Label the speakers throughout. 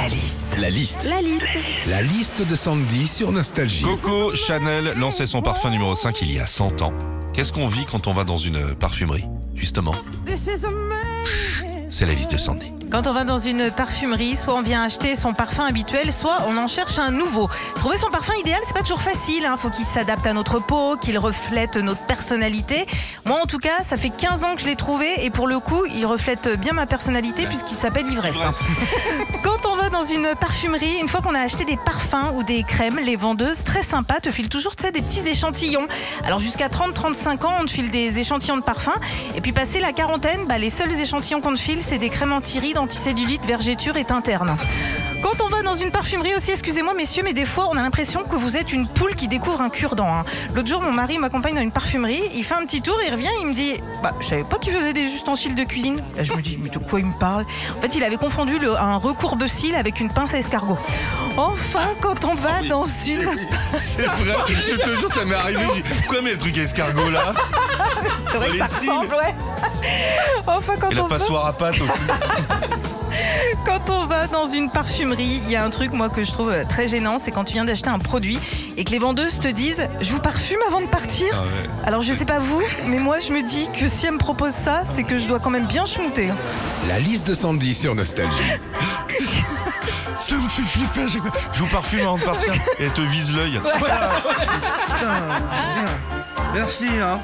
Speaker 1: La liste.
Speaker 2: La liste.
Speaker 3: La liste.
Speaker 1: La liste de Sandy sur Nostalgie.
Speaker 2: Coco Chanel lançait son parfum numéro 5 il y a 100 ans. Qu'est-ce qu'on vit quand on va dans une euh, parfumerie Justement, c'est la liste de Sandy.
Speaker 4: Quand on va dans une parfumerie, soit on vient acheter son parfum habituel, soit on en cherche un nouveau. Trouver son parfum idéal, c'est pas toujours facile. Il faut qu'il s'adapte à notre peau, qu'il reflète notre personnalité. Moi, en tout cas, ça fait 15 ans que je l'ai trouvé et pour le coup, il reflète bien ma personnalité puisqu'il s'appelle Ivresse. hein. Quand on va dans une parfumerie, une fois qu'on a acheté des parfums ou des crèmes, les vendeuses, très sympas, te filent toujours tu sais, des petits échantillons. Alors jusqu'à 30-35 ans, on te file des échantillons de parfums. Et puis passé la quarantaine, bah, les seuls échantillons qu'on te file, c'est des crèmes anti-rides, anticellulite, vergéture et interne. Quand on va dans une parfumerie aussi, excusez-moi messieurs, mais des fois on a l'impression que vous êtes une poule qui découvre un cure-dent. hein. L'autre jour, mon mari m'accompagne dans une parfumerie, il fait un petit tour, il revient, il me dit Bah, je savais pas qu'il faisait des ustensiles de cuisine. Là, je me dis Mais de quoi il me parle En fait, il avait confondu le- un recourbe-cil avec une pince à escargot. Enfin, quand on va dans une.
Speaker 2: C'est vrai, je te jure, ça m'est arrivé. Pourquoi mais le truc escargot là
Speaker 4: C'est vrai que ça
Speaker 2: les cils.
Speaker 4: ressemble, ouais. Enfin, quand
Speaker 2: Et la
Speaker 4: on va.
Speaker 2: passoire à pâte aussi.
Speaker 4: Quand on va dans une parfumerie, il y a un truc moi que je trouve euh, très gênant, c'est quand tu viens d'acheter un produit et que les vendeuses te disent je vous parfume avant de partir.
Speaker 2: Ah ouais.
Speaker 4: Alors je sais pas vous, mais moi je me dis que si elle me propose ça, c'est que je dois quand même bien schmouter.
Speaker 1: La liste de Sandy sur Nostalgie.
Speaker 2: Ça me fait flipper à chaque fois. Je vous parfume avant de partir. Et elle te vise l'œil.
Speaker 5: Merci, hein.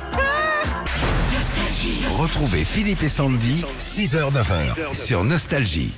Speaker 1: Retrouvez Philippe et Sandy, 6h-9h sur Nostalgie.